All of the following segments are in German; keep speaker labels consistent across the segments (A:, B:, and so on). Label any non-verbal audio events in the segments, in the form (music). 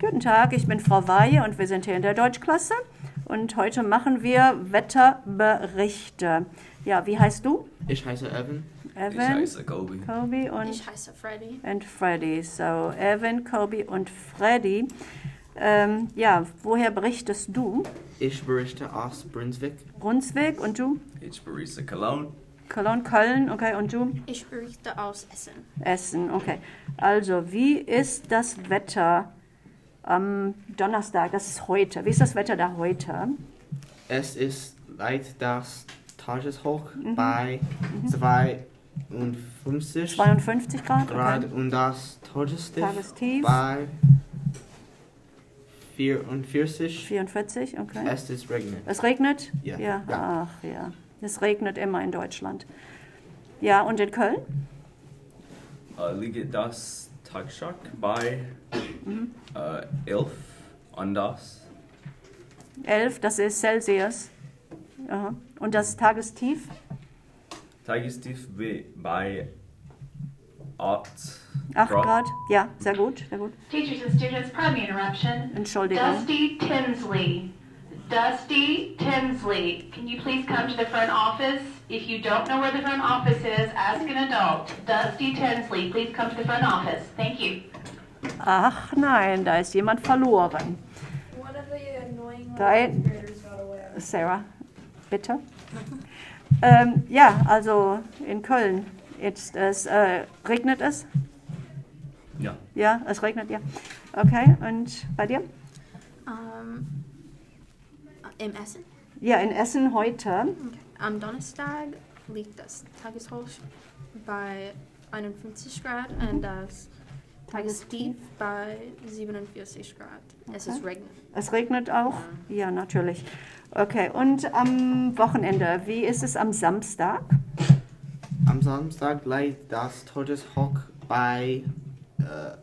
A: Guten Tag, ich bin Frau Weihe und wir sind hier in der Deutschklasse. Und heute machen wir Wetterberichte. Ja, wie heißt du?
B: Ich heiße Evan.
C: Ich
A: Evan,
C: heiße Kobe.
A: Kobe und,
D: Ich heiße Freddy.
A: und Freddy. So, Evan, Kobe und Freddy. Ähm, ja, woher berichtest du?
B: Ich berichte aus Brunswick.
A: Brunswick und du?
C: Ich berichte Cologne.
A: Cologne, Köln, okay, und du?
D: Ich berichte aus Essen.
A: Essen, okay. Also, wie ist das Wetter am Donnerstag? Das ist heute. Wie ist das Wetter da heute?
B: Es ist weit das Tageshoch
A: Mhm.
B: bei 52
A: 52 Grad?
B: Grad
A: Okay.
B: und das Tagestief,
A: Tagestief.
B: bei 44.
A: 44, okay.
B: Es ist regnet.
A: Es regnet?
B: Ja.
A: ja.
B: Ja.
A: Ach ja. Es regnet immer in Deutschland. Ja, und in Köln?
C: Äh, liege das Tagschock bei
A: Mm-hmm.
C: äh, 11 und das
A: 11, das ist Celsius. Aha. Und das Tagestief?
C: Tagestief be- bei 8
A: 8 Grad? Ja, sehr gut, sehr gut.
E: Teachers and students, pardon the interruption.
A: Entschuldigung.
E: Dusty Tinsley. Dusty Tinsley, can you please come to the front office? If you don't know where the front office is, ask an adult. Dusty Tinsley, please come to the front office. Thank you.
A: Ach nein, da ist jemand verloren.
F: One of the annoying
A: Diet.
F: little conspirators got away.
A: Sarah,
B: (laughs)
A: bitte. ähm, ja, also in Köln jetzt, es, äh, regnet es.
C: Ja.
A: Ja, es regnet, ja. Okay, und bei dir?
D: Ähm, Im Essen.
A: Ja, in Essen heute.
D: Am Donnerstag liegt das Tageshoch bei 51 Grad und das Tagestief bei 47 Grad. Es ist Regen.
A: Es regnet auch? Ja, natürlich. Okay, und am Wochenende, wie ist es am Samstag?
B: Am Samstag liegt das Todeshoch bei äh,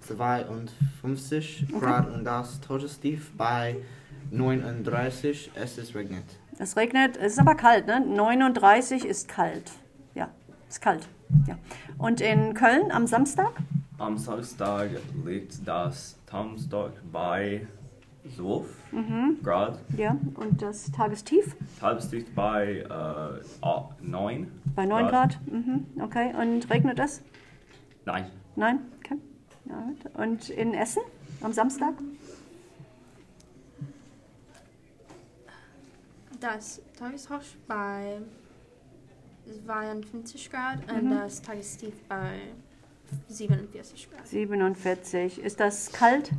B: 52 Grad und das Todesstief bei 39. Es ist regnet.
A: Es regnet, es ist aber kalt, ne? 39 ist kalt. Ja, ist kalt. Ja. Und in Köln am Samstag?
C: Am Samstag liegt das Tamstock bei 12
A: Mm-hmm.
C: Grad.
A: Ja, und das Tagestief?
C: Tagestief bei äh, 8, 9
A: Bei 9 Grad? Mhm, okay. Und regnet es?
C: Nein.
A: Nein? Okay. Alright. Und in Essen am Samstag?
D: Das Tageshoch bei 52 Grad und das Tagestief bei 47 Grad.
A: 47. Ist das kalt?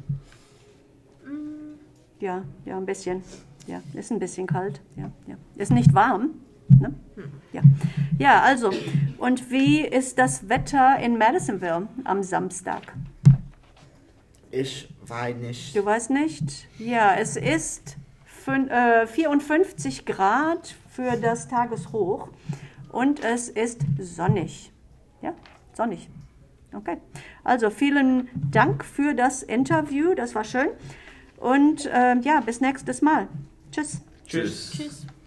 D: Mm,
A: Ja, ja, ein bisschen. Ja, ist ein bisschen kalt. Ja, ja. Ist nicht warm. Ne? Ja. ja, also. Und wie ist das Wetter in Madisonville am Samstag?
B: Ich weiß nicht.
A: Du weißt nicht? Ja, es ist fün- äh, 54 Grad für das Tageshoch und es ist sonnig. Ja, sonnig. Okay. Also vielen Dank für das Interview, das war schön. Und ähm, ja, bis nächstes Mal. Tschüss.
C: Tschüss.
D: tschüss.